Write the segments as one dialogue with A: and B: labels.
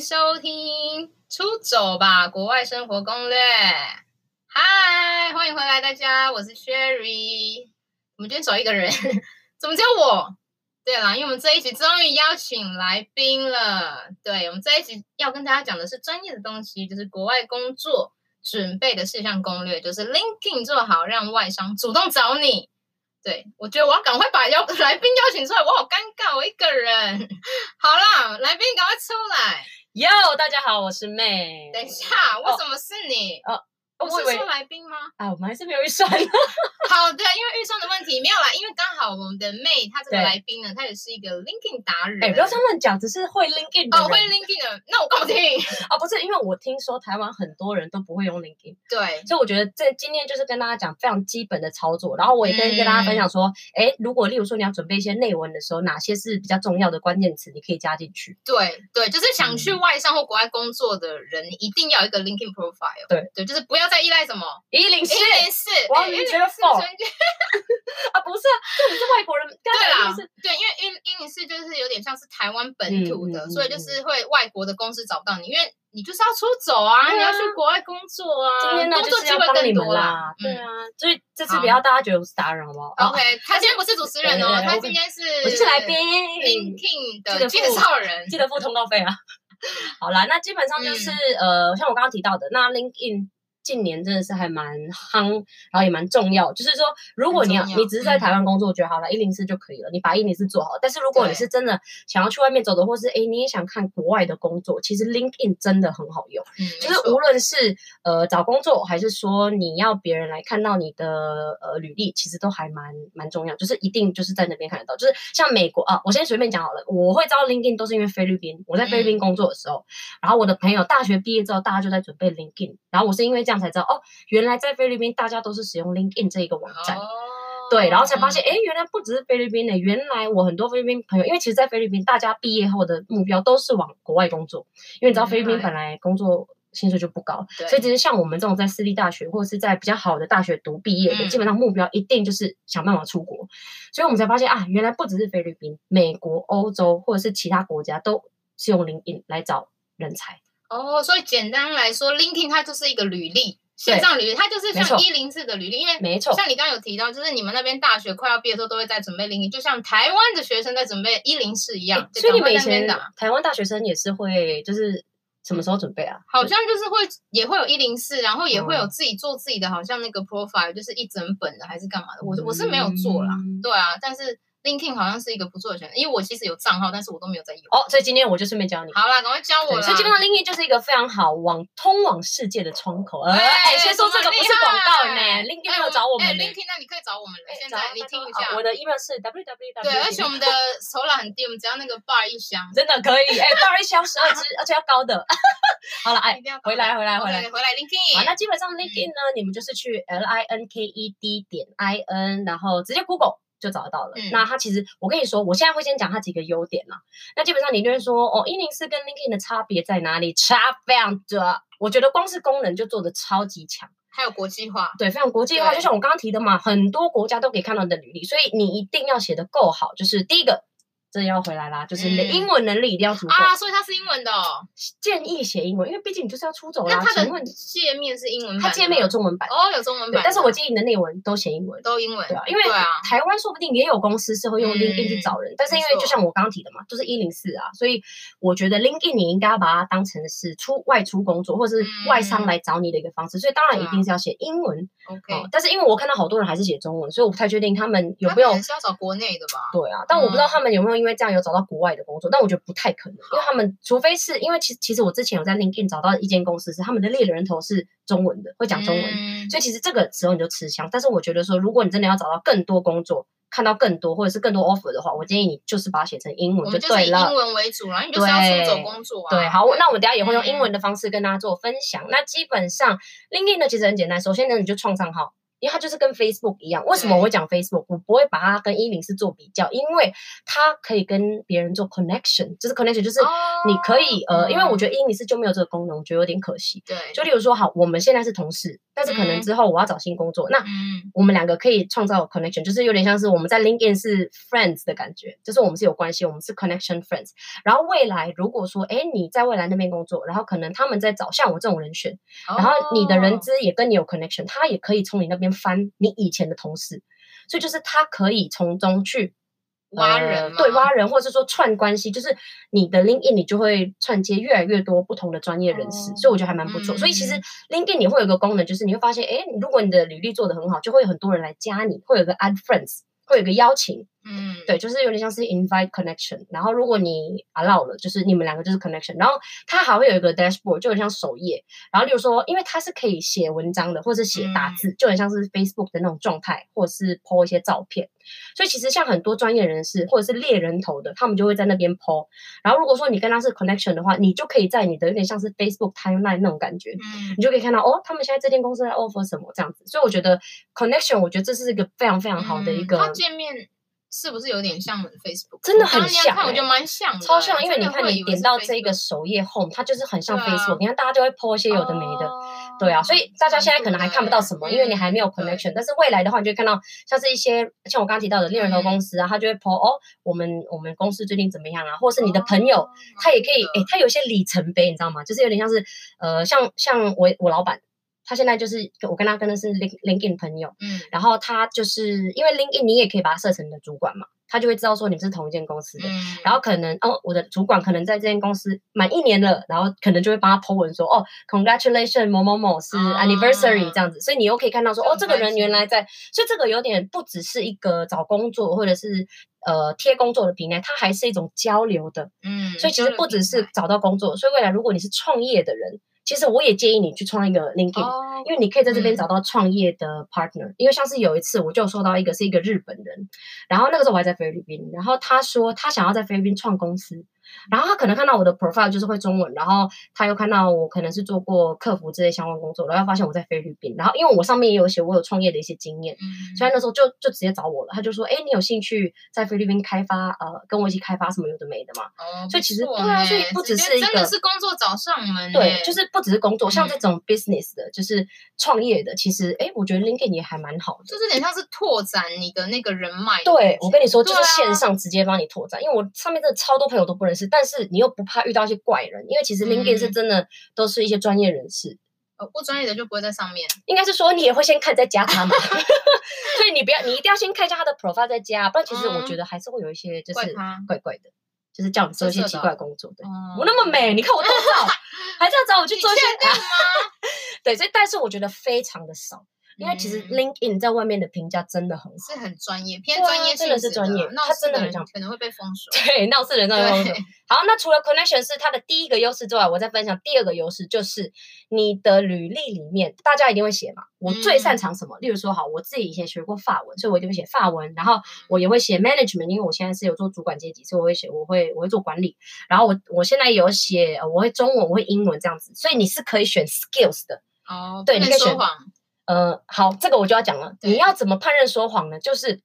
A: 收听《出走吧国外生活攻略》。嗨，欢迎回来，大家，我是 Sherry。我们今天走一个人， 怎么叫我？对啦，因为我们这一集终于邀请来宾了。对，我们这一集要跟大家讲的是专业的东西，就是国外工作准备的事项攻略，就是 LinkedIn 做好，让外商主动找你。对，我觉得我要赶快把邀 来宾邀请出来，我好尴尬，我一个人。好啦，来宾赶快出来！
B: 哟，大家好，我是妹。
A: 等一下，为什么是你？
B: 哦
A: 我
B: 我以
A: 是
B: 为
A: 说来宾吗？
B: 啊，我们还是没有预 算。
A: 好的，因为预算的问题没有啦，因为刚好我们的妹她这个
B: 对
A: 来宾呢，她也是一个 LinkedIn 达人。
B: 哎、不要这样乱讲，只是会 LinkedIn 的
A: 哦，
B: 人
A: 会 LinkedIn 的，那我干嘛听？
B: 啊不是，因为我听说台湾很多人都不会用 LinkedIn，
A: 对，
B: 所以我觉得这今天就是跟大家讲非常基本的操作，然后我也跟、跟大家分享
A: 嗯
B: 说，哎、如果例如说你要准备一些内文的时候，哪些是比较重要的关键词，你可以加进去。
A: 对，对，就是想去外商或国外工作的人，一定要有一个 LinkedIn profile。
B: 对，
A: 对，就是不要再依赖什么
B: 一零四
A: 一零四，
B: 我要
A: 哎104
B: Richard
A: 是真
B: Ford
A: 的
B: 啊，不是啊，这只是外国人，刚
A: 对
B: 才
A: 啦
B: 一零四，
A: 对，因为一一零四就是有点像是台湾本土的，
B: 嗯嗯嗯
A: 所以就是会外国的公司找不到你，因为你就是要出走啊，
B: 对
A: 你
B: 啊
A: 要去国外工作啊，
B: 今天呢
A: 工
B: 就
A: 作
B: 是
A: 机
B: 要
A: 会
B: 帮你
A: 更
B: 们
A: 多
B: 啦，对
A: 嗯
B: 啊，所以这次
A: 好
B: 不要大家觉得我是达人，好不好啊
A: ，OK，他今天不是主持人哦，
B: 对对对
A: 他
B: 我
A: 今天是
B: 我就是来宾
A: LinkedIn
B: 记
A: 的
B: 得
A: 介
B: 付
A: 绍 人，
B: 记得付通告费啊。好啦，那基本上就是、
A: 嗯
B: 呃，像我刚刚提到的，那 LinkedIn 近年真的是还蛮夯，然后也蛮重要。就是说，如果你要
A: 很重要嗯
B: 你只是在台湾工作就好了，一零四就可以了，你把一零四做好。但是如果你
A: 对
B: 是真的想要去外面走的，或是诶你也想看国外的工作，其实 LinkedIn 真的很好用。
A: 嗯
B: 就
A: 没
B: 是
A: 错
B: 无论是呃找工作，还是说你要别人来看到你的呃履历，其实都还蛮蛮重要。就是一定就是在那边看得到，就是像美国啊，我先随便讲好了。我会知道 LinkedIn 都是因为菲律宾，我在菲
A: 嗯
B: 律宾工作的时候，然后我的朋友大学毕业之后，大家就在准备 LinkedIn，然后我是因为这样才知道哦，原来在菲律宾大家都是使用 LinkedIn 这一个网站。
A: 哦
B: 对，然后才发现，哎，原来不只是菲律宾呢、原来我很多菲律宾朋友，因为其实，在菲律宾，大家毕业后的目标都是往国外工作，因为你知道菲律宾
A: 明白
B: 本来工作薪水就不高，
A: 对
B: 所以其实像我们这种在私立大学或者是在比较好的大学读毕业的，
A: 嗯
B: 基本上目标一定就是想办法出国，所以我们才发现啊，原来不只是菲律宾、美国、欧洲或者是其他国家都是用 LinkedIn 来找人才。
A: 哦，所以简单来说，LinkedIn 它就是一个履历，线上履历，它就是
B: 没
A: 像
B: 错
A: 一零四的履历，因为
B: 没错，
A: 像你刚刚有提到，就是你们那边大学快要毕业的时候都会在准备零一，就像台湾的学生在准备一零四一样。
B: 诶所以你们以
A: 在
B: 前
A: 那边啊打，
B: 台湾大学生也是会就是什么时候准备啊？
A: 好像就是会也会有一零四，然后也会有
B: 嗯
A: 自己做自己的，好像那个 profile 就是一整本的还是干嘛的。我我是没有做啦，
B: 嗯
A: 对啊，但是 LinkedIn 好像是一个不错的选择，因为我其实有账号，但是我都没有在用。
B: 哦，所以今天我就顺便教你。
A: 好啦，赶快教我
B: 对
A: 啦。
B: 所以基本上 LinkedIn 就是一个非常好往通往世界的窗口。呃，哎，先说这个不是广告呢，LinkedIn 没有找我们
A: 哎
B: 呢。
A: ，LinkedIn 那你可以找我们了
B: 哎，
A: 现
B: 找
A: 在
B: 到
A: 你
B: 拜
A: 听
B: 托
A: 一
B: 啊
A: 下
B: 我。的 email 是 www。
A: 对，而且我 们的手懒很低，我们只要那个 bar 一箱。
B: 真的可以，哎，当然消十 二支，而且要高的。 好了，哎
A: 一定要，搞
B: 回来，回来，
A: OK，
B: 回来。
A: 回来
B: 好，那
A: ，LinkedIn。
B: 基本上 LinkedIn 呢，你们就是去 L I N K E D 点 I N，然后直接 Google 就找得到了。
A: 嗯
B: 那它其实，我跟你说，我现在会先讲它几个优点啦。那基本上你就会说，哦，一零四跟 LinkedIn 的差别在哪里？差非常多。我觉得光是功能就做的超级强，
A: 还有国际化。
B: 对，非常国际化。
A: 对
B: 就像我刚刚提的嘛，很多国家都可以看到你的履历，所以你一定要写的够好。就是第一个，这要回来啦，就是你的
A: 嗯
B: 英文能力一定要足够。
A: 啊，所以它是英文的哦。
B: 建议写英文，因为毕竟你就是要出走啦
A: 那。它
B: 啊请问
A: 的界面是英文版的吗？
B: 它界面有中文版，
A: 哦，有中文
B: 对
A: 版，
B: 但是我
A: 的
B: 建议你的内文都写英文。
A: 都英文
B: 对啊，因为
A: 对啊，
B: 台湾说不定也有公司是会用
A: 嗯
B: LinkedIn 去找人，但是因为
A: 没错
B: 就像我刚刚提的嘛，就是一零四啊，所以我觉得 LinkedIn 你应该要把它当成是出外出工作或是
A: 嗯
B: 外商来找你的一个方式，所以当然
A: 对啊
B: 一定是要写英文、
A: OK
B: 哦。。但是因为我看到好多人还是写中文，所以我不太确定他们有
A: 它
B: 没有
A: 可能是要嗯找国内的吧？
B: 对啊，但我不知道他们有没有因为这样有找到国外的工作，但我觉得不太可能，因为他们除非是因为其其实我之前有在 LinkedIn 找到一间公司是他们的猎人头是中文的，会讲中文，
A: 嗯
B: 所以其实这个时候你就吃香。但是我觉得说，如果你真的要找到更多工作，看到更多或者是更多 offer 的话，我建议你就是把它写成英
A: 我
B: 文
A: 们就是
B: 对
A: 以
B: 了
A: 英。文为主，然后你就是要出走工作啊。
B: 对，好，那我们等一下也会用
A: 嗯
B: 英文的方式跟大家做分享。那基本上 LinkedIn 呢，其实很简单，首先呢，你就创账号，因为它就是跟 Facebook 一样。为什么
A: 嗯
B: 我会讲 Facebook？我不会把它跟一零四做比较，因为它可以跟别人做 connection，就是 connection，就是你可以、
A: 哦
B: 呃，因为我觉得一零四就没有这个功能，我觉得有点可惜。
A: 对，
B: 就例如说，好，我们现在是同事，但是可能
A: 嗯
B: 之后我要找新工作，那
A: 嗯，
B: 我们两个可以创造 connection，就是有点像是我们在 LinkedIn 是 friends 的感觉，就是我们是有关系，我们是 connection friends。然后未来如果说，哎，你在未来那边工作，然后可能他们在找像我这种人选，然
A: 哦
B: 后你的人呃资也跟你有 connection，他也可以从你那边翻你以前的同事，所以就是他可以从中去。
A: 挖
B: 呃
A: 人吗
B: 对挖人，或者是说串关系，就是你的 LinkedIn 你就会串接越来越多不同的专业人士，
A: 哦
B: 所以我觉得还蛮不错。所以其实
A: 嗯
B: LinkedIn 你会有一个功能，就是你会发现，哎，如果你的履历做得很好，就会有很多人来加你，会有个 add friends，会有个邀请，
A: 嗯，
B: 对，就是有点像是 invite connection。然后如果你 allow 了，就是你们两个就是 connection。然后它还会有一个 dashboard，就很像首页。然后例如说，因为它是可以写文章的，或者写打
A: 嗯
B: 字，就很像是 Facebook 的那种状态，或者是 po 一些照片。所以其实像很多专业人士或者是猎人头的，他们就会在那边 po。然后如果说你跟他是 connection 的话，你就可以在你的有点像是 Facebook timeline 那种感觉，
A: 嗯，
B: 你就可以看到哦，他们现在这间公司在 offer 什么这样子。所以我觉得 connection，我觉得这是一个非常非常好的一
A: 嗯
B: 个。
A: 它界面是不是有点像我们 Facebook？
B: 真的
A: 我刚
B: 很
A: 那样
B: 像
A: 看我
B: 欸
A: 觉得蛮像的欸，
B: 超像，因为
A: 真
B: 你
A: 的
B: 看
A: 会
B: 你
A: 以为
B: 点
A: 是
B: 到这
A: Facebook
B: 个首页 home，它就是很像
A: 对啊
B: Facebook，、你看大家就会 po 一些有的没的。
A: 哦嗯
B: 对啊，所以大家现在可能还看不到什么，因为你还没有 connection。但是未来的话，你就会看到像是一些像我刚刚提到的猎人头公
A: 嗯
B: 司啊，他就会 po 哦，我们我们公司最近怎么样啊，或是你的朋
A: 哦
B: 友，他也可以，诶，他有一些里程碑，你知道吗？就是有点像是呃，像像我我老板，他现在就是我跟他跟的是 link linkin 朋友，
A: 嗯，
B: 然后他就是因为 linkin 你也可以把他设成你的主管嘛，他就会知道说你们是同一间公司的。
A: 嗯
B: 然后可能哦，我的主管可能在这间公司满一年了，然后可能就会帮他 po 文说哦，congratulation 某某某是
A: 啊
B: anniversary 这样子，所以你又可以看到说
A: 这
B: 哦，
A: 很
B: 这个
A: 开
B: 人原
A: 心
B: 来在，所以这个有点不只是一个找工作或者是呃贴工作的平台，它还是一种交流的，
A: 嗯，
B: 所以其
A: 交
B: 实
A: 流
B: 不只
A: 平
B: 是
A: 台
B: 找到工作，所以未来如果你是创业的人，其实我也建议你去创一个 LinkedIn，
A: 哦，
B: 因为你可以在这边
A: 嗯
B: 找到创业的 partner、因为像是有一次，我就有收到一个是一个日本人，然后那个时候我还在菲律宾，然后他说他想要在菲律宾创公司，然后他可能看到我的 profile 就是会中文，然后他又看到我可能是做过客服这些相关工作，然后发现我在菲律宾，然后因为我上面也有写我有创业的一些经验，
A: 嗯
B: 所以他那时候就就直接找我了，他就说，哎，你有兴趣在菲律宾开发呃跟我一起开发什么有的没的吗？
A: 哦
B: 所
A: 不
B: 以其实
A: 错
B: 对啊所以
A: 呢
B: 不
A: 直
B: 只
A: 接
B: 是一
A: 真的
B: 个
A: 是工作找上门呢，
B: 对，就是不只是工作，像这
A: 嗯
B: 种 business 的，就是创业的，其实哎，我觉得 LinkedIn 也还蛮好的。
A: 就是有点像是拓展你的那个人脉的感觉。
B: 对，我跟你说，就是
A: 对啊
B: 线上直接帮你拓展，因为我上面真的超多朋友都不认识，但是你又不怕遇到一些怪人，因为其实 LinkedIn 是
A: 嗯
B: 真的都是一些专业人士，
A: 呃不专业的就不会在上面。
B: 应该是说你也会先看再加他嘛， 所以你不要，你一定要先看一下他的 profile 再加，不然其实我
A: 嗯
B: 觉得还是会有一些就
A: 怪
B: 是
A: 咖
B: 怪怪的，就是叫你做一些
A: 色色
B: 奇
A: 的
B: 怪的工作，对。
A: 哦
B: 我那么美，你看我多照，还是要找我去
A: 你
B: 做一些
A: 确定吗？
B: 对，所以但是我觉得非常的少，因为其实
A: 嗯
B: LinkedIn 在外面的评价真的很好。
A: 是很专业，偏
B: 对啊
A: 专业
B: 真
A: 性
B: 的
A: 质
B: 是专业
A: 闹
B: 他
A: 事
B: 真
A: 的
B: 的很
A: 人
B: 像
A: 可能会被封锁。
B: 对，闹事人真的都
A: 对
B: 有。好，那除了 connection 是它的第一个优势之外，我再分享第二个优势，就是你的履历里面，大家一定会写嘛。我最擅
A: 嗯
B: 长什么？例如说，好，我自己以前学过法文，所以我就会写法文，然后我也会写 management，因为我现在是有做主管阶级，所以我会写，我会我会做管理。然后我我现在有写，呃我会中文，我会英文这样子，所以你是可以选 skills 的。
A: 哦，
B: 对
A: 不能
B: 你可以
A: 说
B: 选
A: 谎。
B: 呃，好，这个我就要讲了。你
A: 对
B: 要怎么判认说谎呢？就是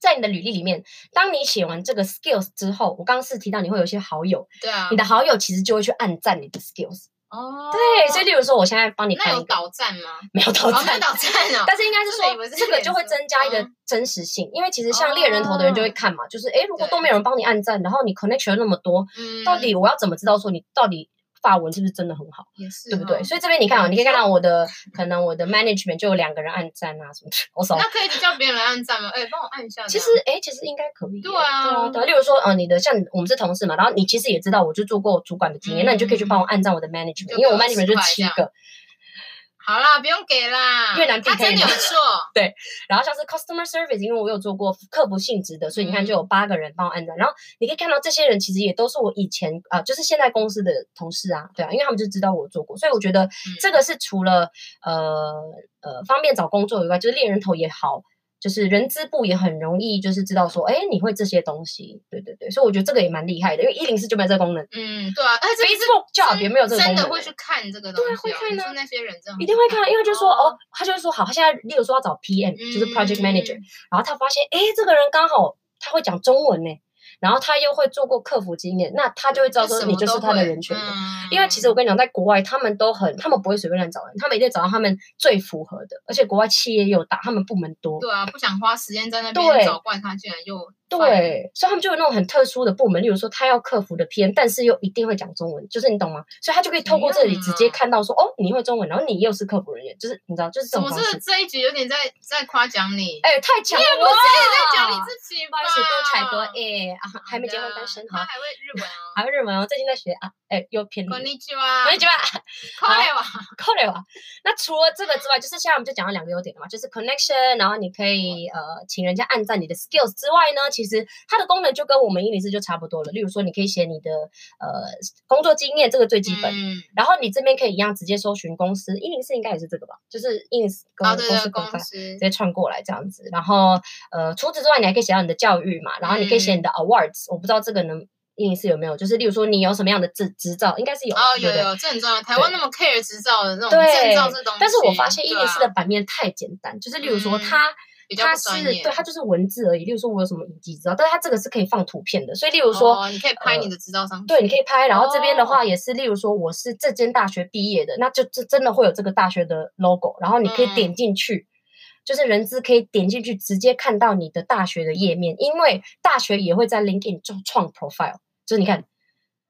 B: 在你的履历里面，当你写完这个 skills 之后，我刚刚是提到你会有一些好友，
A: 对啊
B: 你，的好友其实就会去暗赞你的 skills。
A: 哦，
B: 对，所以例如说，我现在帮你
A: 那
B: 看
A: 有
B: 一个，
A: 导战吗？
B: 没有导
A: 哦，没
B: 弹
A: 有，导战哦。
B: 但是应该是
A: 真的以为
B: 说
A: 是
B: 这个就会
A: 脸色
B: 增加一个
A: 嗯
B: 真实性，因为其实像猎人头的人就会
A: 哦
B: 看嘛，就是诶，如果都
A: 对
B: 没有人帮你暗赞，然后你 connection 又那么多，
A: 嗯
B: 到底我要怎么知道说你到底法文是不是真的很好？
A: 也是
B: 对不
A: 哦
B: 对？所以这边你看啊，
A: 嗯
B: 你可以看到我的可能我的 management 就有两个人暗赞啊什么的，我手
A: 那可以叫别人来按赞吗？哎，帮我按一下这
B: 其
A: 样。
B: 实，哎，其实应该可以耶。
A: 对
B: 对
A: 啊
B: 对啊。例如说，呃，你的像我们是同事嘛，然后你其实也知道，我就做过主管的经验，那你就可以去帮我按照我的 management，
A: 嗯就
B: 因为我
A: 给我
B: management
A: 10
B: 就
A: 块
B: 七
A: 这
B: 个。
A: 好啦，不用给啦。
B: 越南币
A: 他
B: 可以
A: 真的有
B: 吗
A: 做，
B: 然后像是 customer service，因为我有做过客服性质的，所以你看
A: 嗯
B: 就有八个人帮我按照。然后你可以看到这些人其实也都是我以前啊、呃就是现在公司的同事啊，对啊，因为他们就知道我做过，所以我觉得
A: 嗯
B: 这个是除了呃呃方便找工作以外，就是猎人头也好。就是人资部也很容易就是知道说，哎，你会这些东西，对对对，所以我觉得这个也蛮厉害的，因为一零四就没有这个功能
A: 嗯，对啊，而且是
B: Facebook Job 也没有这个
A: 真
B: 功能
A: 的
B: 欸
A: 会去看这个东西、哦，
B: 对啊会看啊
A: 你说那些人真的
B: 一定会看，因为就说
A: 哦
B: 哦，他就会说好，他现在例如说要找 PM，就是 project manager，、
A: 嗯
B: 然后他发现哎，诶这个人刚好他会讲中文呢，然后他又会做过客服经验，那他就会知道说你就是他的人选了。
A: 嗯
B: 因为其实我跟你讲，在国外他们都很，他们不会随便乱找人，他们一定找到他们最符合的，而且国外企业又大，他们部门多，
A: 对啊，不想花时间在那
B: 对
A: 边找怪他，竟然又犯
B: 对，所以他们就有那种很特殊的部门，例如说他要克服的 PM，但是又一定会讲中文，就是你懂吗？所以他就可以透过这里直接
A: 啊
B: 看到说，哦，你会中文，然后你又是客服人员，就是你知道，就是这
A: 怎
B: 种
A: 么
B: 方
A: 这
B: 式。
A: 这一局有点在在夸奖你？
B: 哎、太强了！
A: 你也不
B: 哇
A: 是在讲你自己
B: 不
A: 吧？
B: 好意思，多才多艺、啊，
A: 好的
B: 还没结婚单身
A: 他
B: 哈，
A: 还会日文哦。
B: 还会日文哦，最近在学啊，哎、又偏离
A: こん
B: 了。
A: にちは。
B: こんにちは。
A: これは。
B: 扣了啊。那除了这个之外，就是现在我们就讲到两个优点了嘛，就是 connection，然后你可以呃请人家按赞你的 skills 之外呢，其实它的功能就跟我们一零四就差不多了。例如说，你可以写你的呃工作经验，这个最基本。
A: 嗯
B: 然后你这边可以一样直接搜寻公司一零四，应该也是这个吧？就是一零四公
A: 啊，对
B: 公司
A: 对，
B: 公
A: 公
B: 司
A: 司
B: 直。接串过来这样子。然后呃，除此之外，你还可以写到你的教育嘛，然后你可以写你
A: 嗯
B: 的 awards，、我不知道这个能一零四有没有，就是例如说你有什么样的执执照，应该是有的
A: 哦，
B: 对
A: 有
B: 不对
A: 有，这很重要。台湾那么 care 执照的这种
B: 对
A: 证照这东西，
B: 但是我发现一
A: 对
B: 零
A: 啊
B: 四的版面太简单，就是例如说
A: 嗯
B: 它、
A: 比较
B: 它
A: 不专
B: 是
A: 业。
B: 对它就是文字而已。例如说我有什么影集知道，但是它这个是可以放图片的，所以例如说。
A: 哦，你可以拍你的执照上去。
B: 对，你可以拍，然后这边的话
A: 哦
B: 也是，例如说我是这间大学毕业的，那就这真的会有这个大学的 logo，然后你可以
A: 嗯
B: 点进去，就是人资可以点进去直接看到你的大学的页面，因为大学也会在 LinkedIn 创创 profile，就是你看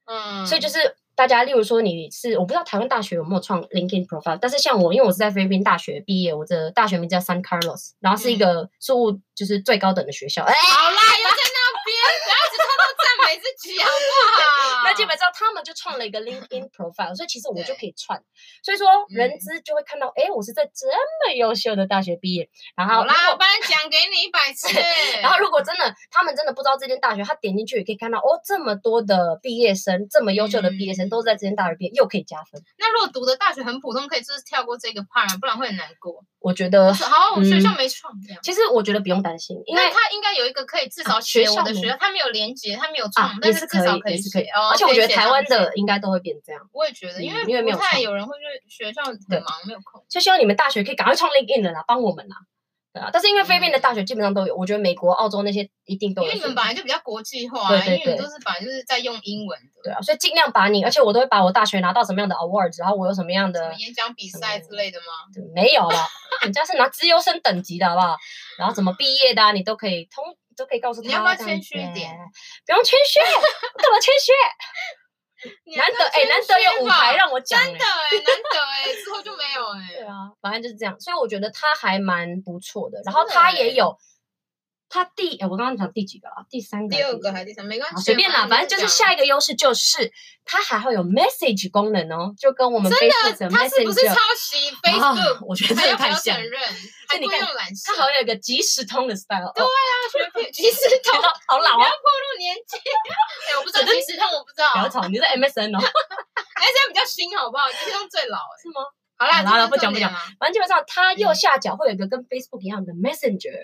A: 嗯，
B: 所以就是大家，例如说你是我不知道台湾大学有没有创 LinkedIn profile，但是像我，因为我是在菲律宾大学毕业，我的大学名叫 San Carlos，然后是一
A: 嗯
B: 个事务就是最高等的学校，哎、
A: 好啦，又在那边，不要只偷偷赞美自己好不好？
B: 那基本上他们就创了一个 LinkedIn profile，所以其实我就可以串，所以说
A: 嗯
B: 人资就会看到，哎、我是在这么优秀的大学毕业，然后
A: 好
B: 如
A: 啦，我
B: 果
A: 帮你讲给你一百次。
B: 然后如果真的他们真的不知道这间大学，他点进去也可以看到，哦，这么多的毕业生，这么优秀的毕业生
A: 嗯
B: 都是在这间大学毕业，又可以加分，
A: 那如果读的大学很普通，可以就是跳过这个 part，啊不然会很难过。
B: 我觉 得
A: 就是好，我学校没创这样。
B: 其实我觉得不用担心，因为
A: 那他应该有一个可以至少
B: 啊
A: 写
B: 学
A: 我
B: 校
A: 的
B: 没
A: 学校，他没有连接，他没有
B: 啊
A: 创，，
B: 也
A: 但
B: 是
A: 至少
B: 以，也是可
A: 写
B: 以。。
A: 哦
B: 而且我
A: 可以
B: 觉得
A: 写
B: 台
A: 上
B: 湾
A: 去
B: 的应该都会变这样，
A: 我也觉得，因为
B: 嗯因为没有
A: 不太
B: 创
A: 有人会去学校很
B: 对
A: 忙，没有空。
B: 就希望你们大学可以赶快创 LinkedIn 了啦，帮我们啦。对啊，但是因为菲律宾的大学基本上都有，我觉得美国、澳洲那些一定都
A: 嗯因
B: 有
A: 为
B: 学
A: 你
B: 校。
A: 们本来就比较国际化
B: 对
A: 啊，因
B: 对
A: 为你们
B: 对
A: 都是本来就是在用英文的，
B: 对啊，所以尽量把你，而且我都会把我大学拿到什么样的 awards，然后我有什么
A: 什
B: 样
A: 么
B: 的
A: 演讲比赛之类的吗？
B: 对没有了，人家是拿资优生等级的好不好？然后怎么毕业的、啊，你都可以通都可以告诉他。
A: 你要不要
B: 这样
A: 谦虚一
B: 子
A: 点？
B: 不用谦虚，我干嘛谦虚？
A: 你还
B: 难
A: 是
B: 得哎、
A: 谦
B: 难得
A: 虚
B: 有舞台
A: 吧
B: 让我讲、
A: 真的哎，难得哎，之后就没有
B: 对
A: 哎。
B: 啊，反正就是这样，所以我觉得他还蛮不错的。然后
A: 真的
B: 他也
A: 欸
B: 有，他第、哎，我刚刚讲第几个啊？第三个，
A: 第二个还是第三个，没关
B: 好
A: 系，
B: 随便啦，反正就是下
A: 一
B: 一个优势就是它还会有 message 功能哦，就跟我们
A: 真
B: Facebook
A: 的，
B: 的
A: 他是不是
B: Messenger
A: 抄袭
B: 啊
A: Facebook？
B: 我觉得
A: 还
B: 这个
A: 要不
B: 太
A: 要
B: 像
A: 承
B: 了，
A: 认，还
B: 你
A: 故意
B: 看
A: 用懒笑，
B: 它好像有一个即时通的 style，对，
A: 他去即时通，不
B: 好老
A: 要
B: 啊
A: 暴，露年纪。 哎，我不知道
B: 反正
A: 即时通，我不知道，
B: 不要
A: 哎，
B: 吵，你是 MSN 哦，
A: 现在比较新好不好？即时通最老哎。
B: 是吗？
A: 好啦，
B: 好啦好啦
A: 这是
B: 不讲
A: 重
B: 不
A: 点啊
B: 讲
A: 啦
B: 反正基本上它右下角会有一个跟 Facebook 一样的 Messenger，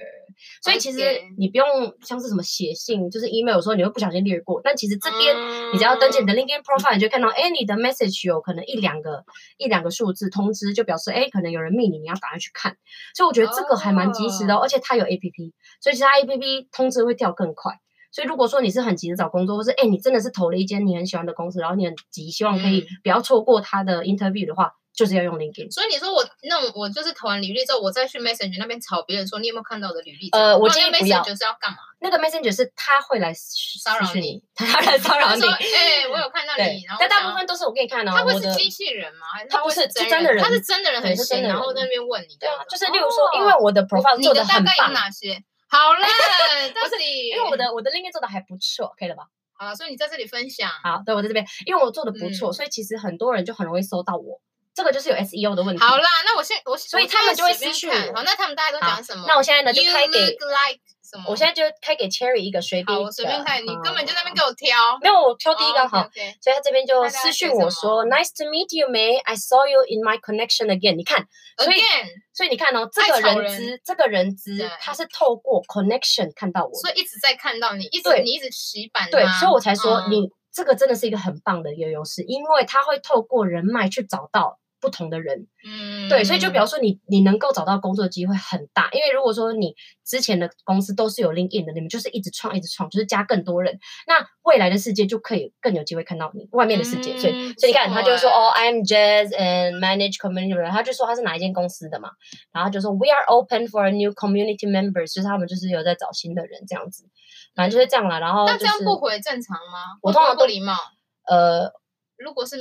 B: 所以其实
A: OK
B: 你不用像是什么写信，就是 email 有时候你会不小心略过，但其实这边
A: 嗯
B: 你只要登记你的 LinkedIn profile，你就看到，哎，你的 message 有可能一两个一两个数字通知，就表示，哎，可能有人密你，你要赶快去看。所以我觉得这个还蛮及时的哦、而且它有 APP，所以其实它 APP 通知会跳更快。所以如果说你是很急着找工作，或是哎你真的是投了一间你很喜欢的公司，然后你很急，希望可以
A: 嗯
B: 不要错过它的 interview 的话，就是要用 LinkedIn。
A: 所以你说我那种我就是投完履历之后，我再去 Messenger 那边吵别人说你有没有看到我的履历？
B: 呃我
A: 这
B: 建
A: 样
B: 议
A: 那
B: 不要
A: Messenger 是要干嘛？
B: 那个 Messenger 是他会来骚
A: 扰
B: 你，他来 骚扰
A: 他
B: 你
A: 说。哎，我有看到
B: 对
A: 你，然，后
B: 但大
A: 我
B: 部
A: 想要
B: 分都是我给你看哦，
A: 他会
B: 我的
A: 是机器人吗？还是
B: 他
A: 他
B: 不
A: 会
B: 是是
A: 真
B: 真的人
A: 他是真的人
B: 对
A: 很
B: 是真
A: 闲，
B: 的
A: 然后
B: 人
A: 在那边问你这
B: 对
A: 样
B: 啊
A: 子。，
B: 就是例如说，因为
A: 哦
B: 我的 profile
A: 你
B: 做的
A: 的大
B: 很
A: 概有
B: 棒，
A: 哪些？ 好啦，到
B: 是
A: 底
B: 因为我的我的 LinkedIn 做的还不错，可以了吧？
A: 好啦，所以你在这里分享。
B: 好，对我在这边，因为我做的不
A: 嗯
B: 错，所以其实很多人就很容易搜到我，这个就是有 SEO 的问题。
A: 好啦，那我现我
B: 所以
A: 我
B: 他们
A: 现在
B: 就会
A: 随便
B: 私讯
A: 看
B: 我
A: 好，那他们大家都
B: 好
A: 讲什么？
B: 那我现在呢就
A: You
B: 开给
A: look like 什么？
B: 我现在就开给 Cherry 一个随便
A: 好，
B: 一个，
A: 我随便看，你根本就在那边
B: 嗯
A: 给我挑。哦
B: 没有，我挑第一个好。
A: o k
B: 所以他这边就
A: 大家
B: 私
A: 写
B: 讯
A: 什
B: 我
A: 么
B: 说，Nice to meet you, May. I saw you in my connection again. 你看，
A: a
B: 所
A: g
B: 以
A: a i n
B: 所以你看哦，这
A: 太
B: 个
A: 吵
B: 人
A: 人
B: 资，这个人资
A: 对，
B: 他是透过 connection 看到我的，
A: 所以一直在看到你，一直
B: 对
A: 你一直洗版
B: 对，
A: 它
B: 所以我才说
A: 嗯
B: 你这个真的是一个很棒的一个优势，因为他会透过人脉去找到不同的人，
A: 嗯，
B: 对，所以就比方说你你能够找到工作机会很大，因为如果说你之前的公司都是有 LinkedIn 的，你们就是一直创一直创，就是加更多人，那未来的世界就可以更有机会看到你外面的世界。所以
A: 嗯
B: 所以你看，他就说
A: 不错
B: 哦，I'm Jazz and manage community，member 他就说他是哪一间公司的嘛，然后就说 We are open for new community members，就是他们就是有在找新的人这样子，反正就是这样啦。然后
A: 那
B: 哦就
A: 这
B: 是
A: 样不回正常吗？
B: 我
A: 会
B: 通
A: 不会
B: 常
A: 不
B: 都
A: 礼貌。
B: 呃，
A: 如果是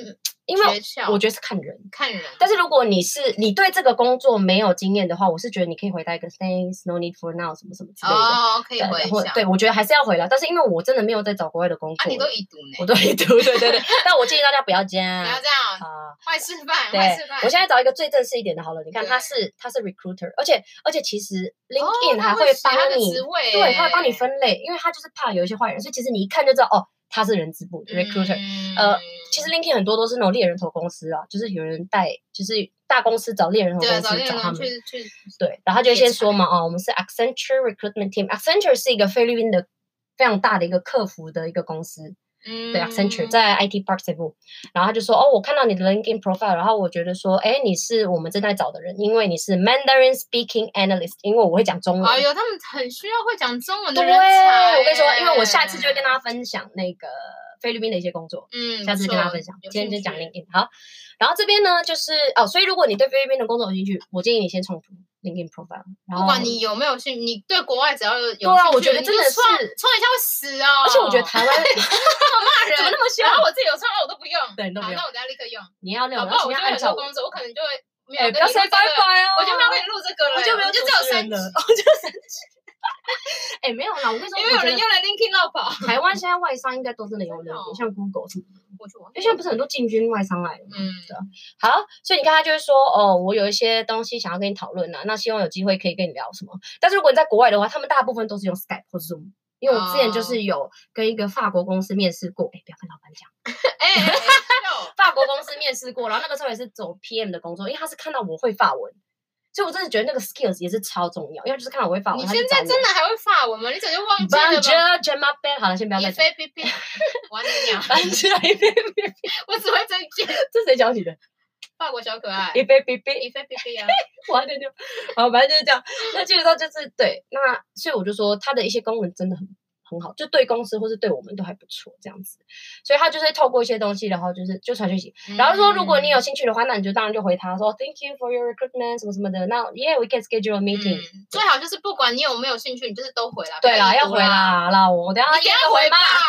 B: 因为
A: 诀窍，
B: 我觉得是看人。
A: 看人，
B: 但是如果你是你对这个工作没有经验的话，我是觉得你可以回答一个 thanks no need for now 什么什么之类的。
A: 哦，可以
B: 对
A: 回一
B: 或
A: 下。
B: 对，我觉得还是要回来，但是因为我真的没有在找国外的工作
A: 啊，
B: 了，
A: 你都已读呢，
B: 我都已读，对 对对。但我建议大家不要这样
A: 不要
B: 啊、
A: 这样，坏示范，
B: 对
A: 坏示范。，
B: 我现在找一个最正式一点的好了。你看，
A: 对
B: 他是他是 recruiter，而且而且其实
A: 哦
B: LinkedIn
A: 他
B: 还
A: 会写
B: 帮
A: 他的
B: 你，
A: 职位
B: 对，他会帮你
A: 耶
B: 分类，因为他就是怕有一些坏人，所以其实你一看就知道哦，他是人资部的 recruiter。
A: 嗯
B: 呃其实 LinkedIn 很多都是那种猎人头公司啊，就是有人带，就是大公司找猎人头
A: 对，啊
B: 公
A: 找
B: 司
A: 猎
B: 找他
A: 人
B: 们。
A: 去去，
B: 对，然后他就
A: 猎
B: 先说
A: 才
B: 嘛，哦，我们是 Accenture Recruitment Team，Accenture 是一个菲律宾的非常大的一个客服的一个公司，
A: 嗯，
B: 对，Accenture 啊在 IT Park 这部，然后他就说，哦，我看到你的 LinkedIn profile，然后我觉得说，哎，你是我们正在找的人，因为你是 Mandarin Speaking Analyst，因为我会讲中文。
A: 哎呦，他们很需要会讲中文的
B: 对，
A: 人才。
B: 我跟你说，因为我下一次就会跟大家分享那个菲律宾的一些工作。
A: 嗯，
B: 下次
A: 不
B: 跟大家
A: 错
B: 分享。
A: 有
B: 今天
A: 兴
B: 就讲
A: 趣
B: LinkedIn。好，然后这边呢就是哦，所以如果你对菲律宾的工作有兴趣，我建议你先重读 LinkedIn profile。然后
A: 不管你有没有兴趣，你对国外只要有有兴趣，
B: 对啊我觉得
A: 你
B: 真
A: 就
B: 的
A: 创
B: 是
A: 创一下会死哦。
B: 而且我觉得台湾
A: 骂人
B: 怎么那么凶
A: 然后我自己有创，啊我都不用。
B: 对你都不
A: 好，
B: 用
A: 那我等下立刻用。
B: 你要那
A: 搞不
B: 种，然
A: 好我就会
B: 后请他按
A: 很
B: 照
A: 多
B: 我。
A: 工作，我可能就会没有
B: 哎，
A: 跟你
B: 不要
A: 录这
B: 说拜
A: 个，
B: 拜哦！
A: 我就没有跟你录这个了。
B: 我就没有
A: 我就
B: 主
A: 只有
B: 持人
A: 生
B: 了
A: 气，
B: 我就生气。哎，没有啦，我跟你说，
A: 因为有
B: 我觉
A: 人用
B: 得
A: 了 LinkedIn 绕跑。
B: 台湾现在外商应该都真的有
A: 真的
B: 那
A: 哦
B: 个，像 Google 什么的，
A: 我去，我
B: 因为现在不是很多进军外商来的嘛。
A: 嗯，
B: 好，所以你看他就是说，哦，我有一些东西想要跟你讨论啊，那希望有机会可以跟你聊什么。但是如果你在国外的话，他们大部分都是用 Skype 或 Zoom。因为我之前就
A: 哦
B: 是有跟一个法国公司面试过，哎，不要跟老板讲，
A: 哎哎哎，哎
B: 法国公司面试过，然后那个时候也是走 PM 的工作，因为他是看到我会法文，所以我真的觉得那个 skills 也是超重要，因为他就是看到我会法文。
A: 你现在真的还会法文吗？你早就忘记了吧？
B: Bonjour, j a m a b e 好了，先不要
A: 你
B: 再讲。
A: 非 P P，我你娘！
B: Bonjour，
A: 我只会这一句。
B: 这谁教你的？
A: 法国小可爱，
B: 一杯 B B。
A: 你非 P P 啊？
B: 完全就，好，反正就是这样。那基本上就是对，那所以我就说它的一些功能真的很很好，就对公司或是对我们都还不错这样子。所以他就是透过一些东西，然后就是就传讯息，然后说如果你
A: 嗯
B: 有兴趣的话，那你就当然就回他说 Thank you for your recruitment 什么什么的。那 Yeah, we can schedule
A: 嗯
B: a meeting、
A: 嗯最好就是不管你有没有兴趣，你就是都回来。
B: 对啦，
A: 不
B: 要
A: 读
B: 回啦，啊啦，我等一下
A: 你给
B: 一
A: 他
B: 个
A: 回
B: 吧
A: 吧。，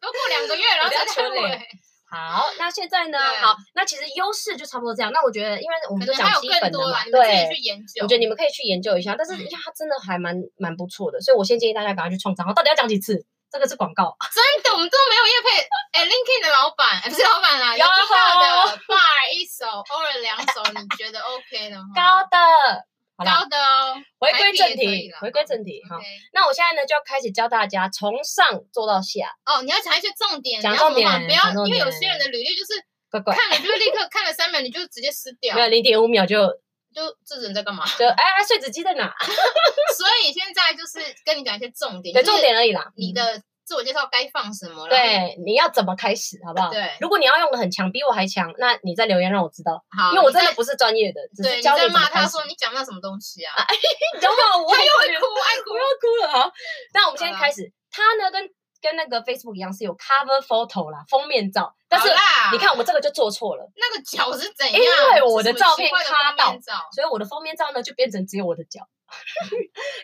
A: 都过两个 月，然后才
B: 不要
A: 再
B: 催
A: 回
B: 泪。好，那现在呢？
A: 对
B: 好，那其实优势就差不多这样。那我觉得，因为我
A: 可
B: 们都
A: 能
B: 讲
A: 还有
B: 基
A: 更
B: 本的
A: 多
B: 嘛
A: 啦，，你们自己
B: 对
A: 去，研究。
B: 我觉得你们可以去研究一下，但是
A: 嗯
B: 呀，它真的还蛮蛮不错的，所以我先建议大家赶快去创账号。到底要讲几次？这个是广
A: 哦
B: 告，
A: 真的，我们都没有叶配。哎，Linkin 的老板，哎，不是老板啦，
B: 有
A: 有听到的，拜一首，偶尔两首，你觉得 OK 的吗？
B: 高的。好啦，
A: 高的哦。
B: 回归正
A: 台币也可以
B: 题
A: 啦，哦
B: 回归正题哈
A: OK。。
B: 那我现在呢就要开始教大家从上做到下，
A: 哦，你要讲一些重点，你
B: 讲
A: 要模
B: 重
A: 仿，
B: 点
A: 不要
B: 讲重
A: 因为有
B: 点
A: 些人的履历就是
B: 乖乖，
A: 看了就立刻看了三秒，你就直接撕掉
B: 没，有零点五秒就
A: 就这人在干嘛？
B: 就哎哎，碎纸机在哪？
A: 所以现在就是跟你讲一些重点，
B: 对，
A: 就是
B: 重点而已啦。嗯
A: 你的自我介绍该放什么？然后
B: 对，你要怎么开始，好不好？
A: 对，
B: 如果你要用的很强，比我还强，那你在留言让我知道，
A: 好，
B: 因为我
A: 你
B: 真的
A: 在
B: 不是专业的，只
A: 对
B: 是
A: 你
B: 教你
A: 在
B: 怎么
A: 骂
B: 开
A: 他
B: 始。
A: 说你讲那什么东西啊？
B: 你知道吗？我
A: 他又
B: 很
A: 会哭，爱哭
B: 我要。哭了啊！那我们先
A: 好啦
B: 开始，它呢跟跟那个 Facebook 一样是有 cover photo 啦，封面照，但是
A: 好啦，
B: 你看我们这个就做错了，
A: 那个脚是怎样？
B: 因为我
A: 是
B: 的
A: 什么
B: 照
A: 奇
B: 片
A: 怪的
B: 卡
A: 封面
B: 到
A: 照
B: 所以我的封面照呢就变成只有我的脚。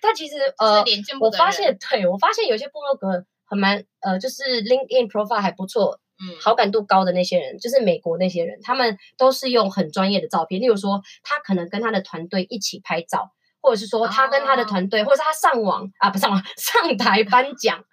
B: 它其实
A: 就是
B: 呃，
A: 脸见不
B: 我
A: 得
B: 发
A: 人，
B: 现对我发现有些部落格很蛮呃，就是 LinkedIn profile 还不错，
A: 嗯，
B: 好感度高的那些人，就是美国那些人，他们都是用很专业的照片，例如说他可能跟他的团队一起拍照，或者是说他跟他的
A: 哦
B: 团队，或者是他上网啊，不上网上台颁奖，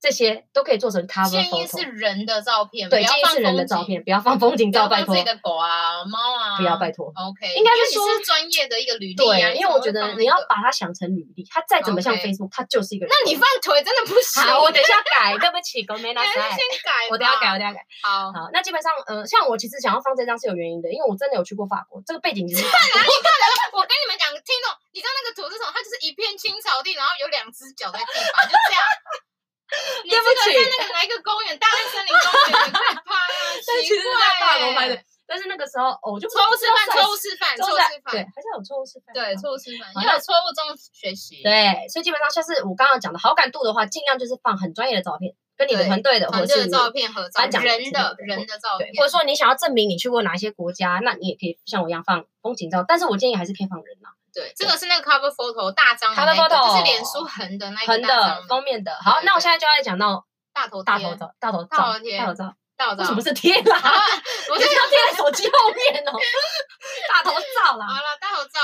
B: 这些都可以做成 cover
A: 建议是
B: photo。
A: 人的照片，
B: 对，
A: 不要
B: 建议
A: 放
B: 是人的
A: 风景
B: 照，片，不要放风景
A: 不要
B: 照，
A: 放
B: 拜托
A: 自己，的狗啊、猫啊，
B: 不要拜托。
A: OK，
B: 应该是
A: 因为你
B: 说
A: 专业的一个履历啊，
B: 对，
A: 你
B: 因
A: 怎
B: 为
A: 么
B: 我
A: 会
B: 觉得
A: 放
B: 你要
A: 那个
B: 把它想成履历，它再怎么像
A: OK
B: Facebook，它就是一个履历。
A: 那你放腿真的不行，
B: 好，我等一下改，对 不起，狗没拿
A: 你还是
B: 塞
A: 先。改，
B: 我等一下改，我。等一下改。
A: 好，
B: 好，那基本上，呃，像我其实想要放这张是有原因的，因为我真的有去过法国，这个背景其实
A: 我跟你们讲，听懂？你知道那个图是什么？它就是一片青草地，然后有两只脚在地板，就这 样。你这
B: 对不
A: 个
B: 起
A: 在那个哪一个公园？大安森林公园你快拍啊！
B: 但
A: 奇
B: 其实是在法
A: 怪
B: 国拍的
A: 欸，
B: 但是那个时候哦我就不
A: 错误示
B: 知道
A: 范，
B: 算
A: 错误示范，
B: 错
A: 错误
B: 误示
A: 示
B: 范，对，
A: 范，
B: 还是有错误示范，
A: 对，错误示范，
B: 好
A: 要有错误中学习。
B: 对，所以基本上像是我刚刚讲的好感度的话，尽量就是放很专业的照片，跟你
A: 对
B: 的团队的或
A: 团队
B: 者是
A: 的
B: 你
A: 照片合照，
B: 颁奖人
A: 人
B: 之
A: 的
B: 类的
A: 人的照
B: 对
A: 片，，
B: 或者说你想要证明你去过哪一些国家，那你也可以像我一样放风景照，但是我建议还是可以放人啊，
A: 对，这个是那个 cover photo 大张的
B: cover
A: 那个
B: photo
A: 就是脸书横的那
B: 横
A: 个大
B: 的
A: 张
B: 封面的。好，
A: 对
B: 那我
A: 对
B: 现在就要讲到
A: 大头
B: 大
A: 贴
B: 头照，大头照，
A: 大头贴
B: 大头照，
A: 大头
B: 为
A: 照
B: 什 么，是贴啦？
A: 啊我
B: 我是
A: 就
B: 要贴在手机后面哦， 大头照
A: 好
B: 啦，
A: 了，大头照，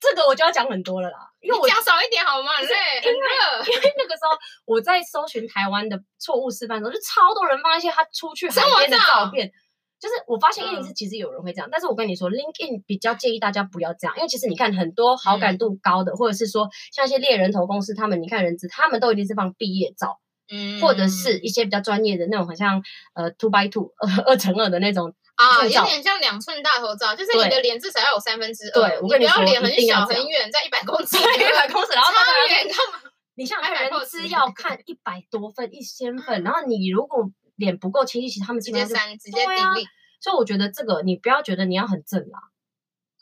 B: 这个我就要讲很多了啦，因为
A: 你
B: 我
A: 讲少一点好吗？很
B: 不是
A: 累，很
B: 因
A: 热，
B: 因为那个时候我在搜寻台湾的错误示范的时候，就超多人放一些他出去海
A: 生活
B: 边的
A: 照
B: 照片。就是我发现
A: 嗯
B: i n 是其实有人会这样，但是我跟你说，LinkedIn 比较建议大家不要这样，因为其实你看很多好
A: 嗯
B: 感度高的，或者是说像一些猎人头公司，他们你看人资，他们都一定是放毕业照，
A: 嗯
B: 或者是一些比较专业的那种，很像呃 two by two 二二乘二的那种
A: 啊，
B: 护
A: 有
B: 照
A: 点像两寸大头照，就是你
B: 对
A: 的脸至少要有三分之二，
B: 对我跟
A: 你不
B: 你
A: 要
B: 说
A: 脸
B: 一
A: 很
B: 定要
A: 小
B: 这
A: 很
B: 样
A: 远，在 一百公尺，
B: 对，百公尺，然后大
A: 超
B: 家
A: 远干嘛？
B: 你想想
A: 还
B: 看，
A: 买
B: 人资
A: pose
B: 要看一百多份一千份，然后你如果脸不够清晰，其实他们基
A: 嗯直
B: 本
A: 接
B: 上就
A: 删，直接
B: 对啊
A: delete。
B: 所以我觉得这个你不要觉得你要很正啦，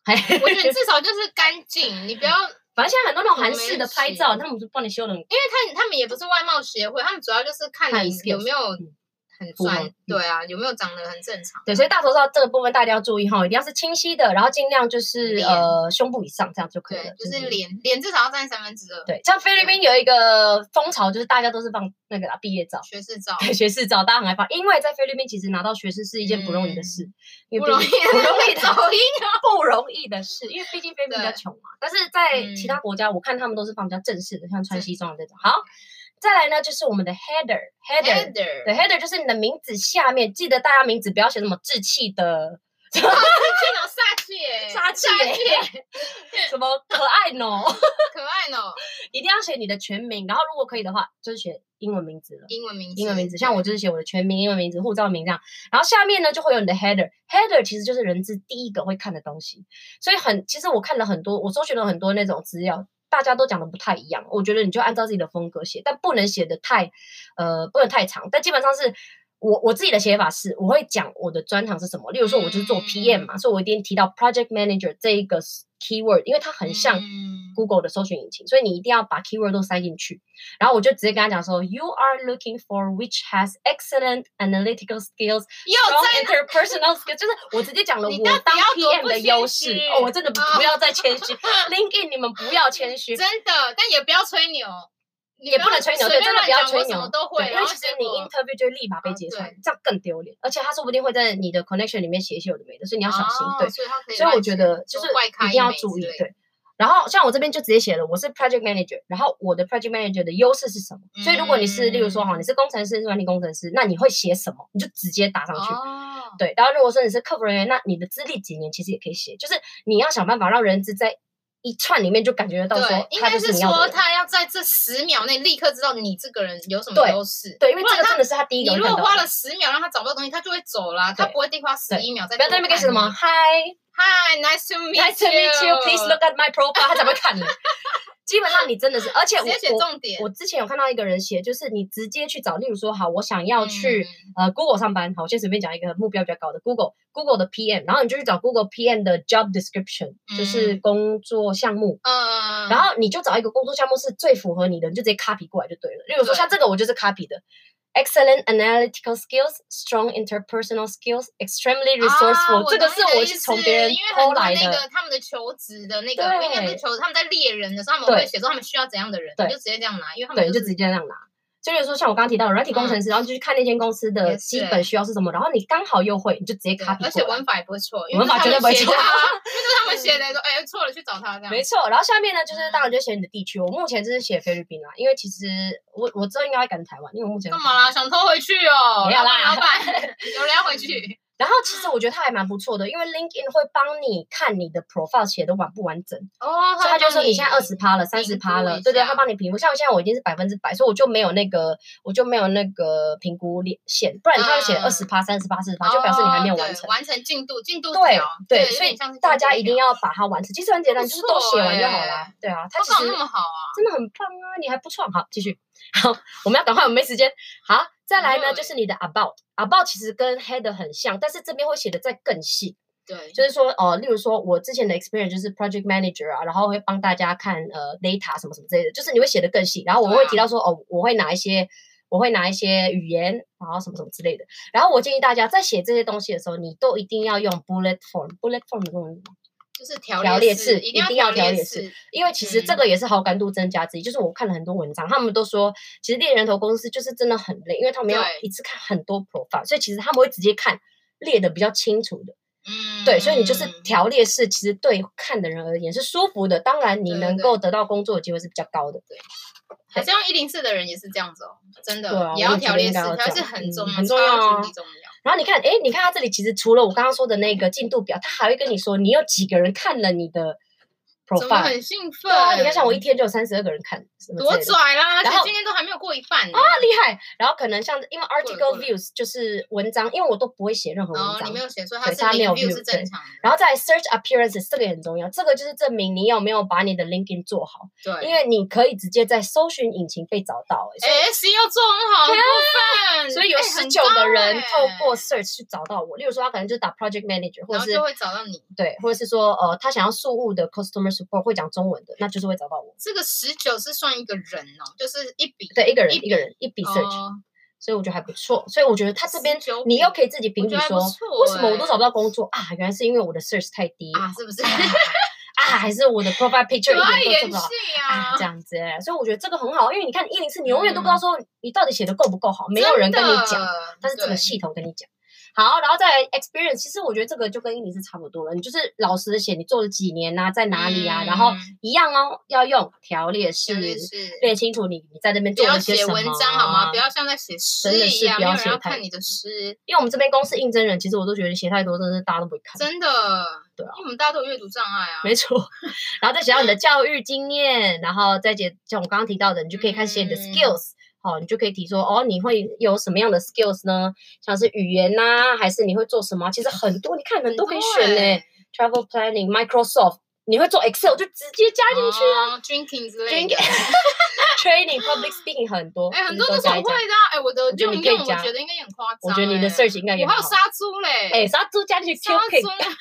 B: 嘿嘿
A: 我觉得至少就是干净，你不要，因
B: 反正现在很多那种
A: 很
B: 韩
A: 没
B: 式的拍
A: 品
B: 照，他们就帮你修的很
A: 为他他们也不是外貌协会，他们主要就是看
B: 看
A: 你有
B: skills，
A: 没有
B: 嗯
A: 很
B: 符合
A: 专
B: 嗯，
A: 对啊，有没有长得很正常。
B: 对，所以大头照这个部分大家要注意哈，一定要是清晰的，然后尽量就是
A: 脸
B: 呃胸部以上这样就可以
A: 对
B: 了，，
A: 就是。脸脸至少要占三分之二，
B: 嗯对，像菲律宾有一个风潮，就是大家都是放那个啦毕业照、
A: 学士照
B: 对学士照，大家很害怕，因为在菲律宾其实拿到学士是一件不容易的事，因
A: 嗯不
B: 为毕
A: 容易
B: 竟，不容易的
A: 走音
B: 不容易的事，因为毕竟菲律宾比较
A: 啊对嗯
B: 穷嘛。但是在其他国家，我看他们都是放比较正式的，像穿西装的这种。好，再来呢就是我们的 header，header，对
A: Heather，
B: ，header 就是你的名字下面，记得大家名字不要写什么稚气的、
A: 电脑煞气耶，
B: 杀气
A: 煞气耶，
B: 什么可爱喏，
A: 可爱哦呢，
B: 一定要写你的全名。然后如果可以的话，就是写英文名字了。
A: 英文名字，
B: 英文名字，像我就是写我的全名、英文名字、护照名这样，然后下面呢就会有你的 header。header 其实就是人资第一个会看的东西，所以很其实我看了很多，我搜寻了很多那种资料，大家都讲的不太一样。我觉得你就按照自己的风格写，但不能写的太呃不能太长，但基本上是。我我自己的写法是，我会讲我的专长是什么。例如说，我就是
A: 嗯
B: 做 PM 嘛，所以我一定提到 Project Manager 这一个 keyword，因为它很像
A: 嗯
B: Google 的搜寻引擎，所以你一定要把 keyword 都塞进去。然后我就直接跟他讲说，You are looking for which has excellent analytical skills,
A: 又
B: strong
A: 在
B: interpersonal skills，就是我直接讲了
A: 啊你
B: 我
A: 到底
B: 当
A: 要多
B: PM
A: 不
B: 的
A: 谦
B: 优势。
A: 虚
B: 哦，我真的不
A: 哦
B: 不要再谦虚，LinkedIn 你们不要谦虚。
A: 真的，但也不要吹牛，你
B: 也不能吹牛，对，
A: 随便
B: 真的
A: 乱
B: 不要
A: 讲
B: 吹
A: 我什
B: 牛
A: 么，都会，
B: 对，因
A: 然
B: 为
A: 后
B: 其实
A: 结
B: 你
A: 果
B: interview 就立马被
A: 哦
B: 揭
A: 对
B: 穿，这样更丢脸。而且他说不定会在你的 connection 里面写一些有的没的，所以你要小心。
A: 哦
B: 对，
A: 所以他可以
B: 所以我
A: 乱
B: 觉
A: 写
B: 得就
A: 什么
B: 是
A: 怪咖
B: 一定要
A: 妹
B: 注
A: 之
B: 意
A: 类的，
B: 对。然后像我这边就直接写了，我是 project manager，然后我的 project manager 的优势是什么？所以如果你是，例如说哈，
A: 嗯
B: 你是工程师、软体工程师，那你会写什么？你就直接打上去。
A: 哦，
B: 对，然后如果说你是客服人员，那你的资历几年其实也可以写，就是你要想办法让人资在一串里面就感觉得到
A: 对
B: 说，
A: 应
B: 他
A: 该
B: 就是你要的
A: 说
B: 人。
A: 他要在这十秒内立刻知道你这个人有什么
B: 对
A: 优势，
B: 对，因为
A: 不
B: 这
A: 然
B: 个
A: 他
B: 真的是他第一个
A: 你
B: 会
A: 如
B: 看
A: 果
B: 到的。
A: 花了十秒让他找不到东西，他就会走啦，他
B: 对
A: 不会定花十一秒再
B: 不要在那边开
A: 看
B: 始什么
A: 你。
B: 嗨，
A: Hi, nice to meet
B: Nice to meet you. Please look at my profile. 他才会看你。基本上你真的是，而且
A: 直接写
B: 我
A: 重点
B: 我。我之前有看到一个人写，就是你直接去找，例如说，好，我想要去、
A: 嗯
B: 呃 Google 上班，好，我先随便讲一个目标比较高的 Google Google 的 PM，然后你就去找 Google PM 的 job description，、就是
A: 嗯
B: 工作项目。
A: 嗯，
B: 然后你就找一个工作项目是最符合你的，你就直接 copy 过来就对了。例如说
A: 对
B: 像这个，我就是 copy 的，excellent analytical skills, strong interpersonal skills, extremely resourceful、
A: 啊
B: 这个
A: 懂
B: 是
A: 你的
B: 我
A: 意
B: 去
A: 思
B: 从别人
A: 因为很
B: 偷
A: 多
B: 来的。
A: 那个他们的求职的那个，
B: 对
A: 应该不是求职，他们在猎人的时候，他们会
B: 对
A: 写说他们需要怎样的人，
B: 对
A: 你就直接这样拿，因为他
B: 对，
A: 们
B: 你就直接这样拿。就比如说像我刚刚提到的软体工程师，然后就去看那间公司的
A: 也是
B: 基本需要是什么，然后你刚好又会，你就直接
A: 对
B: copy 过
A: 而且
B: 来
A: 文法也不会错，因为
B: 文法
A: 是
B: 绝
A: 他
B: 对不会
A: 们写的
B: 错
A: 啊，因为都是他们写的，说哎错了去找他这样。
B: 没错，然后下面呢，就是当然就写你的地区。我目前就是写菲律宾啦，因为其实我我之后应该会赶台湾，因为我目前
A: 干嘛啦？想偷回去哦？
B: 没有啦
A: 老板，老 板有人要回去。
B: 然后其实我觉得它还蛮不错的，因为 LinkedIn 会帮你看你的 profile 写的完不完整，
A: 哦
B: 所以他就说你现在二十趴了，三十趴了，对对，他帮
A: 你
B: 你评估。像现在我已经是百分之百，所以我就没有那个我就没有那个评估线，不然他会写二十趴、三十趴、四十趴，就表示你还没有
A: 嗯
B: 完
A: 哦对
B: 成。
A: 完成进度，进度
B: 对
A: 条
B: 对，
A: 有
B: 所以
A: 点像是进
B: 大
A: 度
B: 家一定
A: 条。
B: 要把它完成，其实很简单，
A: 不
B: 就是都写完就好
A: 错
B: 啦
A: 欸。
B: 对啊，它
A: 投
B: 其
A: 稿
B: 实
A: 那么好啊？
B: 真的很棒啊，你还不错。好，继续。好，我们要赶快，我们没时间。好，再来呢，
A: 对
B: 就是你的 about。about 其实跟 head 很像，但是这边会写的再更细，
A: 对，
B: 就是说，呃，例如说我之前的 experience 就是 project manager 啊，然后会帮大家看呃 data 什么什么之类的，就是你会写的更细，然后我
A: 对
B: 会
A: 啊
B: 提到说，哦，我会拿一些，我会拿一些语言，然后什么什么之类的。然后我建议大家在写这些东西的时候，你都一定要用 bullet form，bullet form 的中文是什么
A: 就是条
B: 条
A: 列
B: 列式
A: 一
B: 一定要条
A: 条
B: 列式
A: 式。
B: 因为其实这
A: 嗯
B: 个也是好感度增加之一，就是我看了很多文章，他们都说，其实猎人头公司就是真的很累，因为他们要
A: 对
B: 一次看很多 profile，所以其实他们会直接看列的比较清楚的，
A: 嗯，
B: 对，所以你就是条列式，其实对看的人而言是舒服的，当然你
A: 对
B: 能
A: 对
B: 够得到工作的机会是比较高的，
A: 好像一零四的人也是这样子哦，真
B: 对
A: 的
B: 啊
A: 也
B: 我
A: 要
B: 也觉
A: 条
B: 得
A: 列
B: 应
A: 式，
B: 该要
A: 条
B: 这
A: 列式
B: 样
A: 很重
B: 嗯
A: 要，
B: 很重要
A: 超
B: 啊
A: 级重要。
B: 然后你看，哎，你看它这里其实除了我刚刚说的那个进度表，它还会跟你说你有几个人看了你的
A: 怎么
B: profile，
A: 很兴奋？
B: 对啊，你看像我一天就有三十二个人看，什么之
A: 多
B: 类的
A: 拽啦！而
B: 然
A: 且
B: 后
A: 今天都还没有过一半呢。
B: 啊，厉害！然后可能像因为
A: 过
B: article
A: 了
B: views 就是文章，因为我都不会写任何文
A: 哦，
B: 章。
A: 你没有写，所以
B: 对
A: 它
B: 它
A: 是
B: 没
A: 零
B: 有
A: view
B: view，
A: 是正常的。
B: 然后再来 search appearances 这个也很重要，这个就是证明你有没有把你的 LinkedIn 做好，
A: 对，
B: 因为你可以直接在搜寻引擎被找到、欸，所以、
A: 哎，C 要做很好，很过分。
B: 啊所以有
A: 哎
B: 十
A: 很
B: 九
A: 高
B: 个人
A: 哎
B: 透过 search 去找到我。例如说，他可能就打 project manager，或
A: 然后
B: 者是
A: 就会找到你。
B: 对，或者是说呃，他想要事务的 customer support 会讲中文的，那就是会找到我。
A: 这个十九是算一个人哦，就是一笔
B: 对，一个人
A: 一
B: 一个人一笔 search，、
A: 哦，
B: 所以我觉得还不错。所以我觉得他这边
A: 19
B: 你又可以自己
A: 我
B: 评比
A: 觉得还
B: 说
A: 不，错
B: 为什么我都
A: 欸
B: 找不到工作啊？原来是因为我的 search 太低啊
A: 啊？是不 是？
B: 还是我的 profile picture
A: 有爱
B: 一点
A: 延
B: 都做不好
A: 续
B: 啊，
A: 啊嗯
B: 这。样子欸、所以我觉得这个很好，因为你看一零四，你永远都不知道说你到底写的够不够好，没有人跟你
A: 真
B: 讲，
A: 的
B: 但是这个
A: 对
B: 系统跟你讲。好，然后再来 experience，其实我觉得这个就跟一零四差不多了，你就是老实的写你做了几年呐、在哪里啊，然后
A: 嗯
B: 一样哦，要用条列式
A: 有点是
B: 列清楚你你在这边
A: 不
B: 做
A: 要
B: 了些
A: 写
B: 什么、啊
A: 文章好吗？不要像在写诗
B: 真的
A: 一
B: 是
A: 样，
B: 不
A: 没有
B: 要
A: 人
B: 写
A: 要
B: 太嗯
A: 看你的诗，
B: 因为我们这边公司应征人，其实我都觉得写太多，真的是大家都不会看。
A: 真的。
B: 对啊
A: 因为我们大家都有阅读障碍啊。
B: 没错， 然后再写到你的教育经验，然后再写像我刚刚提到的，你就可以开始写你的
A: 嗯
B: skills，好、你就可以提说哦，你会有什么样的 skills 呢？像是语言呐、还是你会做什么？其实很多，你看很多可以选呢、
A: 欸
B: t r a v e l planning、Microsoft，你会做 Excel 就直接加进去、
A: 啊，drinking 之类的，
B: t r a i n i n g public speaking 很多，
A: 哎，很
B: 就
A: 多都
B: 是都
A: 是我
B: 加
A: 会
B: 一加。
A: 的啊。哎，我的
B: 我觉
A: 用
B: 得你
A: 用
B: 可以
A: 我
B: 加
A: 觉得应该也很夸张。
B: 我觉得你的
A: 哎
B: search 应该也
A: 我还有
B: 蛮好
A: 杀猪嘞，
B: 哎，啥都加进去
A: 杀猪嘞。
B: Q pick，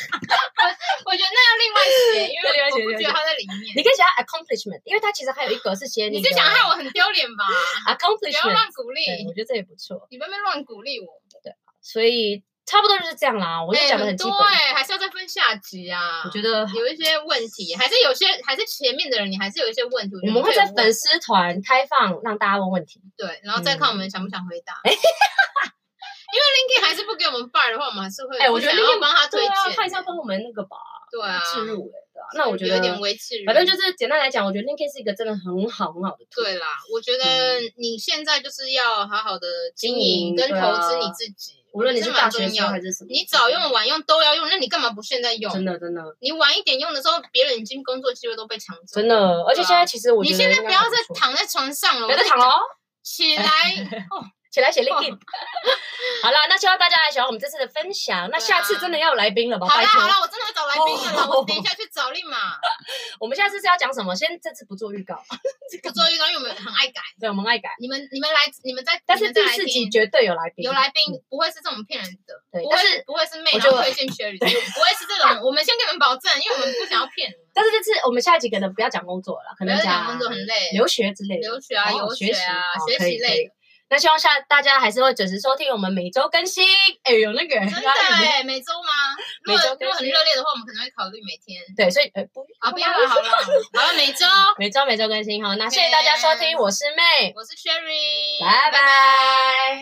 A: 我觉得那要另外写，因
B: 对另外写
A: 为我不
B: 另外
A: 觉
B: 写
A: 得它在里面
B: 你。可以写它 accomplishment，因为它其实还有一格是写
A: 你
B: 的
A: 就想害我很丢 脸吧？不要
B: accomplishment，
A: 乱鼓励，
B: 对，我觉得这也不错。
A: 你不要乱鼓励我。
B: 所以差不多就是这样啦。我就
A: 哎
B: 讲的
A: 很
B: 基
A: 多
B: 本，
A: 哎，还是要再分下集啊。
B: 我觉得
A: 有一些问题，还是有些，还是前面的人，你还是有一些问题。
B: 我们会在粉
A: 粉
B: 丝团开放让大家问问题。
A: 对，然后再看我们
B: 嗯
A: 想不想回答。
B: 哎
A: 因为 Linky 还是不给我们 buy 的话，我们还是会。
B: 哎我觉得
A: 想要
B: Linkin-
A: 帮他推
B: 对
A: 荐
B: 啊，
A: 欸，
B: 看一下跟我们那个吧，
A: 对啊，
B: 置入哎，对啊。那我觉
A: 有点
B: 得，
A: 微置入，
B: 反正就是简单来讲，我觉得 LinkedIn 是一个真的很好很好的 tool。
A: 对啦。我觉得你现在就是要好好的经营
B: 嗯经营
A: 跟
B: 对
A: 投
B: 啊
A: 资你自己，
B: 无论你是
A: 这
B: 大
A: 蛮
B: 学
A: 重
B: 生
A: 要
B: 还
A: 的。
B: 是什么，
A: 你早用晚用都要用，那你干嘛不现在
B: 真
A: 用？
B: 的真的
A: 你晚一点用的时候，别人已经工作机会都被抢走。
B: 真，的，而且
A: 对啊
B: 现在其实我觉
A: 你
B: 得
A: 现在
B: 应该
A: 不要
B: 还
A: 再
B: 错
A: 躺在床上了，
B: 不要再躺了哦。
A: 起 来。哦
B: 起 来写 LinkedIn。好啦，那希望大家还喜欢我们这次的分享。那
A: 对啊
B: 下次真的要有来宾了吧？
A: 好
B: 拜
A: 啦
B: 托
A: 好，啦，我真的会找来宾的啦，我等一
B: 哦
A: 下去找立马。
B: 我们下次是要讲什么？先这次不做预告，
A: 不做预告，因为我们很爱改。
B: 对，我们爱改。
A: 你们你们来，你们再，
B: 但
A: 你
B: 是
A: 们再
B: 第
A: 来
B: 四集
A: 听
B: 绝对有来宾，
A: 有来宾，不会是这种骗人的，
B: 对
A: 不会
B: 但是
A: 不会是妹，
B: 我
A: 然后
B: 就
A: 推荐 Sherry，不会是这种。我们先跟你们保证，因为我们不想要骗你们，
B: 但是这次我们下一集可能不要讲工作了，可
A: 不要
B: 能
A: 再讲工作很累，
B: 留学之类的，
A: 留学啊、
B: 哦
A: 游学
B: 学
A: 啊、
B: 习
A: 学
B: 哦可以
A: 习
B: 可以
A: 类的。
B: 那希望下大家还是会准时收听我们每周更新。哎，有那个人
A: 真的
B: 拉人
A: 哎，每周吗？如果
B: 每周更新
A: 如果很热烈的话，我们可能会考虑每天。
B: 对，所以呃不
A: 啊，不要了，好了，好了，每周。
B: 每周每周更新哈。那谢谢大家收听，我是妹，
A: 我是 Sherry，
B: 拜拜